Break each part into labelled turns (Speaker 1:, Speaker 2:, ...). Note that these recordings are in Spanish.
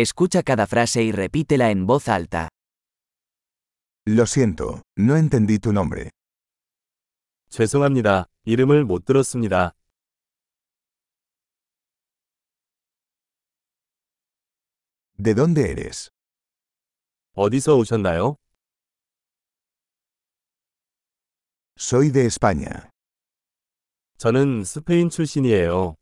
Speaker 1: Escucha cada frase y repítela en voz alta.
Speaker 2: Lo siento, no entendí tu nombre.
Speaker 3: 죄송합니다. 이름을 못 들었습니다.
Speaker 2: ¿De dónde eres?
Speaker 3: 어디서 오셨나요?
Speaker 2: Soy de España.
Speaker 3: 저는 스페인 출신이에요.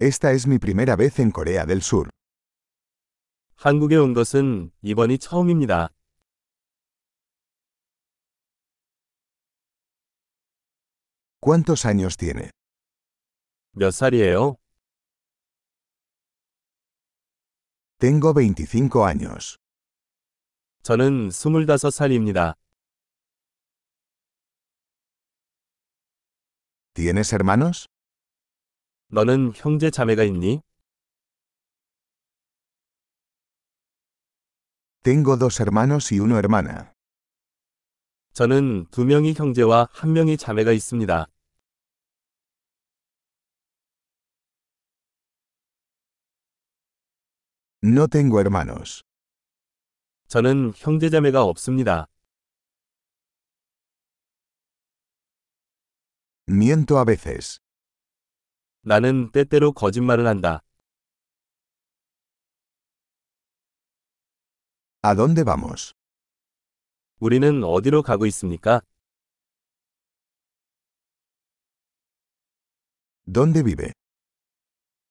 Speaker 2: Esta es mi primera vez en Corea del Sur.
Speaker 3: 한국에 온 것은 이번이 처음입니다.
Speaker 2: ¿Cuántos años tiene?
Speaker 3: 몇 살이에요?
Speaker 2: Tengo 25 años.
Speaker 3: 저는 25살입니다.
Speaker 2: ¿Tienes hermanos?
Speaker 3: 너는 형제 자매가 있니?
Speaker 2: Tengo dos hermanos y una hermana.
Speaker 3: 저는 두 명이 형제와 한 명이 자매가 있습니다.
Speaker 2: No tengo hermanos.
Speaker 3: 저는 형제 자매가 없습니다.
Speaker 2: Miento a veces.
Speaker 3: 나는 때때로 거짓말을 한다.
Speaker 2: ¿A dónde vamos?
Speaker 3: 우리는 어디로 가고 있습니까?
Speaker 2: ¿Dónde vive?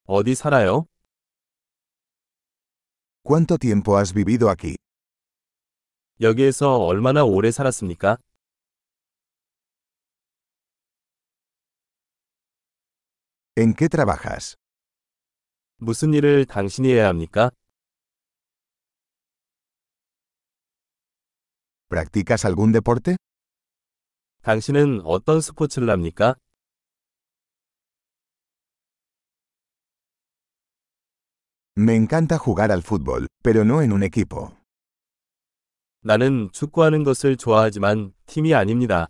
Speaker 3: 어디 살아요?
Speaker 2: ¿Cuánto tiempo has vivido aquí?
Speaker 3: 여기에서 얼마나 오래 살았습니까?
Speaker 2: ¿En qué trabajas?
Speaker 3: 무슨 일을 당신이 해야 합니까?
Speaker 2: ¿Practicas algún deporte?
Speaker 3: 당신은 어떤 스포츠를 합니까?
Speaker 2: Me encanta jugar al fútbol, pero no en un equipo.
Speaker 3: 나는 축구하는 것을 좋아하지만 팀이 아닙니다.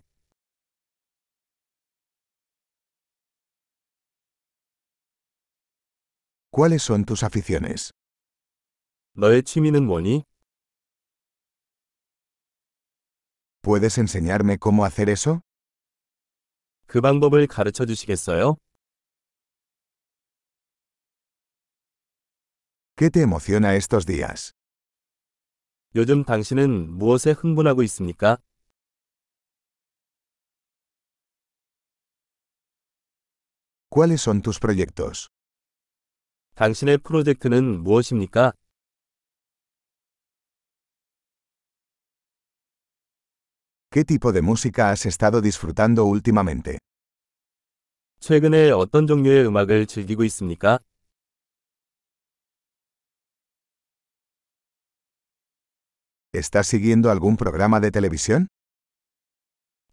Speaker 2: ¿Cuáles son tus aficiones?
Speaker 3: 너의 취미는 뭐니?
Speaker 2: ¿Puedes enseñarme cómo hacer eso?
Speaker 3: 그 방법을 가르쳐 주시겠어요?
Speaker 2: ¿Qué te emociona estos días?
Speaker 3: 요즘 당신은 무엇에 흥분하고 있습니까?
Speaker 2: ¿Cuáles son tus proyectos?
Speaker 3: 당신의 프로젝트는 무엇입니까?
Speaker 2: ¿Qué tipo de música has estado disfrutando últimamente?
Speaker 3: 최근에 어떤 종류의 음악을 즐기고 있습니까?
Speaker 2: ¿Estás siguiendo algún programa de televisión?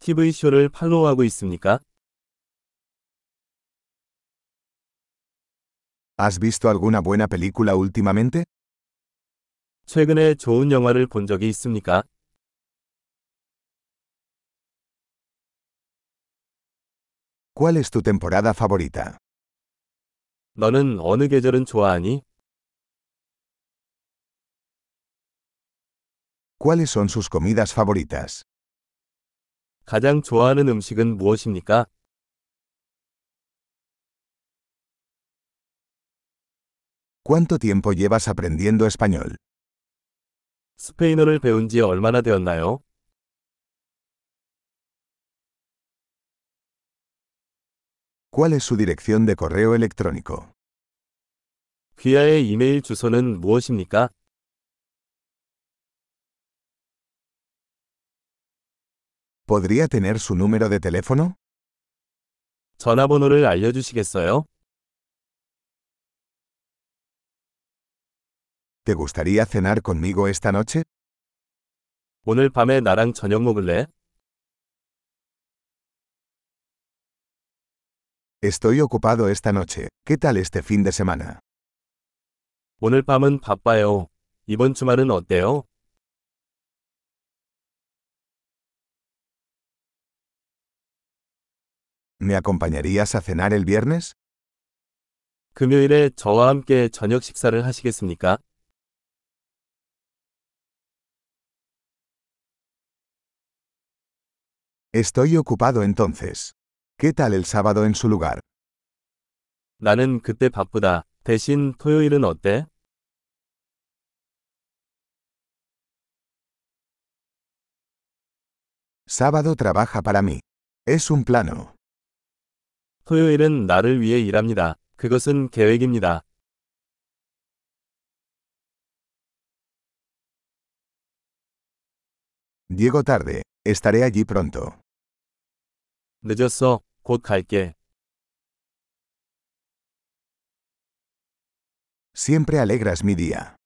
Speaker 3: TV쇼를 팔로우하고 있습니까?
Speaker 2: ¿Has visto alguna buena película últimamente?
Speaker 3: 최근에 좋은 영화를 본 적이 있습니까?
Speaker 2: ¿Cuál es tu temporada favorita?
Speaker 3: 너는 어느 계절은 좋아하니?
Speaker 2: ¿Cuáles son sus comidas favoritas?
Speaker 3: 가장 좋아하는 음식은 무엇입니까?
Speaker 2: ¿Cuánto tiempo llevas aprendiendo español?
Speaker 3: 스페인어를 배운 지 얼마나 되었나요?
Speaker 2: ¿Cuál es su dirección de correo electrónico?
Speaker 3: 귀하의 이메일 주소는 무엇입니까?
Speaker 2: ¿Podría tener su número de teléfono?
Speaker 3: 전화번호를 알려주시겠어요?
Speaker 2: ¿Te gustaría cenar conmigo esta noche?
Speaker 3: 오늘 밤에 나랑 저녁 먹을래?
Speaker 2: Estoy ocupado esta noche. ¿Qué tal este fin de semana?
Speaker 3: 오늘 밤은 바빠요. 이번 주말은 어때요?
Speaker 2: ¿Me acompañarías a cenar el viernes?
Speaker 3: 금요일에 저와 함께 저녁 식사를 하시겠습니까?
Speaker 2: Estoy ocupado entonces. ¿Qué tal el sábado en su lugar?
Speaker 3: 나는 그때 바쁘다. 대신 토요일은 어때?
Speaker 2: Sábado trabaja para mí. Es un plano.
Speaker 3: 토요일은 나를 위해 일합니다. 그것은 계획입니다.
Speaker 2: Llego tarde, estaré allí pronto.
Speaker 3: 늦었어. 곧 갈게.
Speaker 2: Siempre alegras mi día.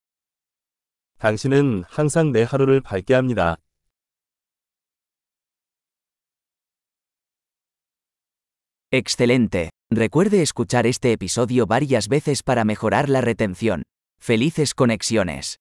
Speaker 3: 당신은 항상 내 하루를 밝게 합니다.
Speaker 1: Excelente. Recuerde escuchar este episodio varias veces para mejorar la retención. Felices conexiones.